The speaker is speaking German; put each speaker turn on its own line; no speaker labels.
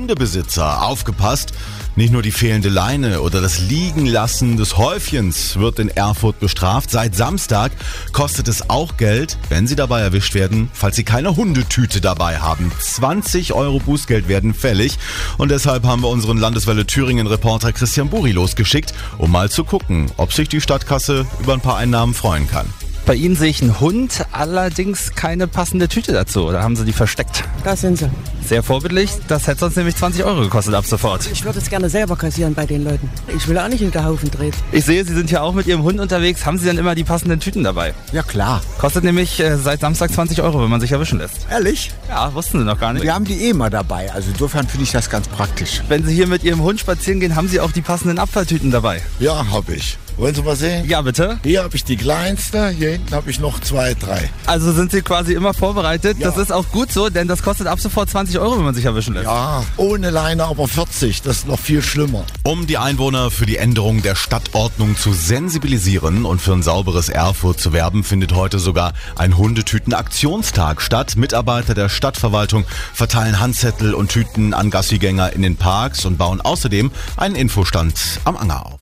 Hundebesitzer. Aufgepasst, nicht nur die fehlende Leine oder das Liegenlassen des Häufchens wird in Erfurt bestraft. Seit Samstag kostet es auch Geld, wenn Sie dabei erwischt werden, falls Sie keine Hundetüte dabei haben. 20 Euro Bußgeld werden fällig. Und deshalb haben wir unseren Landeswelle Thüringen-Reporter Christian Buri losgeschickt, um mal zu gucken, ob sich die Stadtkasse über ein paar Einnahmen freuen kann.
Bei Ihnen sehe ich einen Hund, allerdings keine passende Tüte dazu. Oder haben Sie die versteckt?
Da sind sie.
Sehr vorbildlich. Das hätte sonst nämlich 20 Euro gekostet ab sofort.
Ich würde es gerne selber kassieren bei den Leuten. Ich will auch nicht in der Haufen drehen.
Ich sehe, Sie sind ja auch mit Ihrem Hund unterwegs. Haben Sie denn immer die passenden Tüten dabei?
Ja klar,
Kostet nämlich äh, seit Samstag 20 Euro, wenn man sich erwischen lässt.
ehrlich.
Ja, wussten Sie noch gar nicht.
Wir haben die eh mal dabei, also insofern finde ich das ganz praktisch.
Wenn Sie hier mit Ihrem Hund spazieren gehen, haben Sie auch die passenden Abfalltüten dabei.
Ja, hab ich. Wollen Sie mal sehen?
Ja, bitte.
Hier habe ich die kleinste, hier hinten habe ich noch zwei, drei.
Also sind Sie quasi immer vorbereitet.
Ja.
Das ist auch gut so, denn das kostet ab sofort 20 Euro, wenn man sich erwischen lässt.
Ja, ohne Leine aber 40, das ist noch viel schlimmer.
Um die Einwohner für die Änderung der Stadtordnung zu sensibilisieren und für ein sauberes Erfurt zu werben, findet heute sogar ein Hundetüten-Aktionstag statt. Mitarbeiter der Stadtverwaltung verteilen Handzettel und Tüten an Gassigänger in den Parks und bauen außerdem einen Infostand am Anger auf.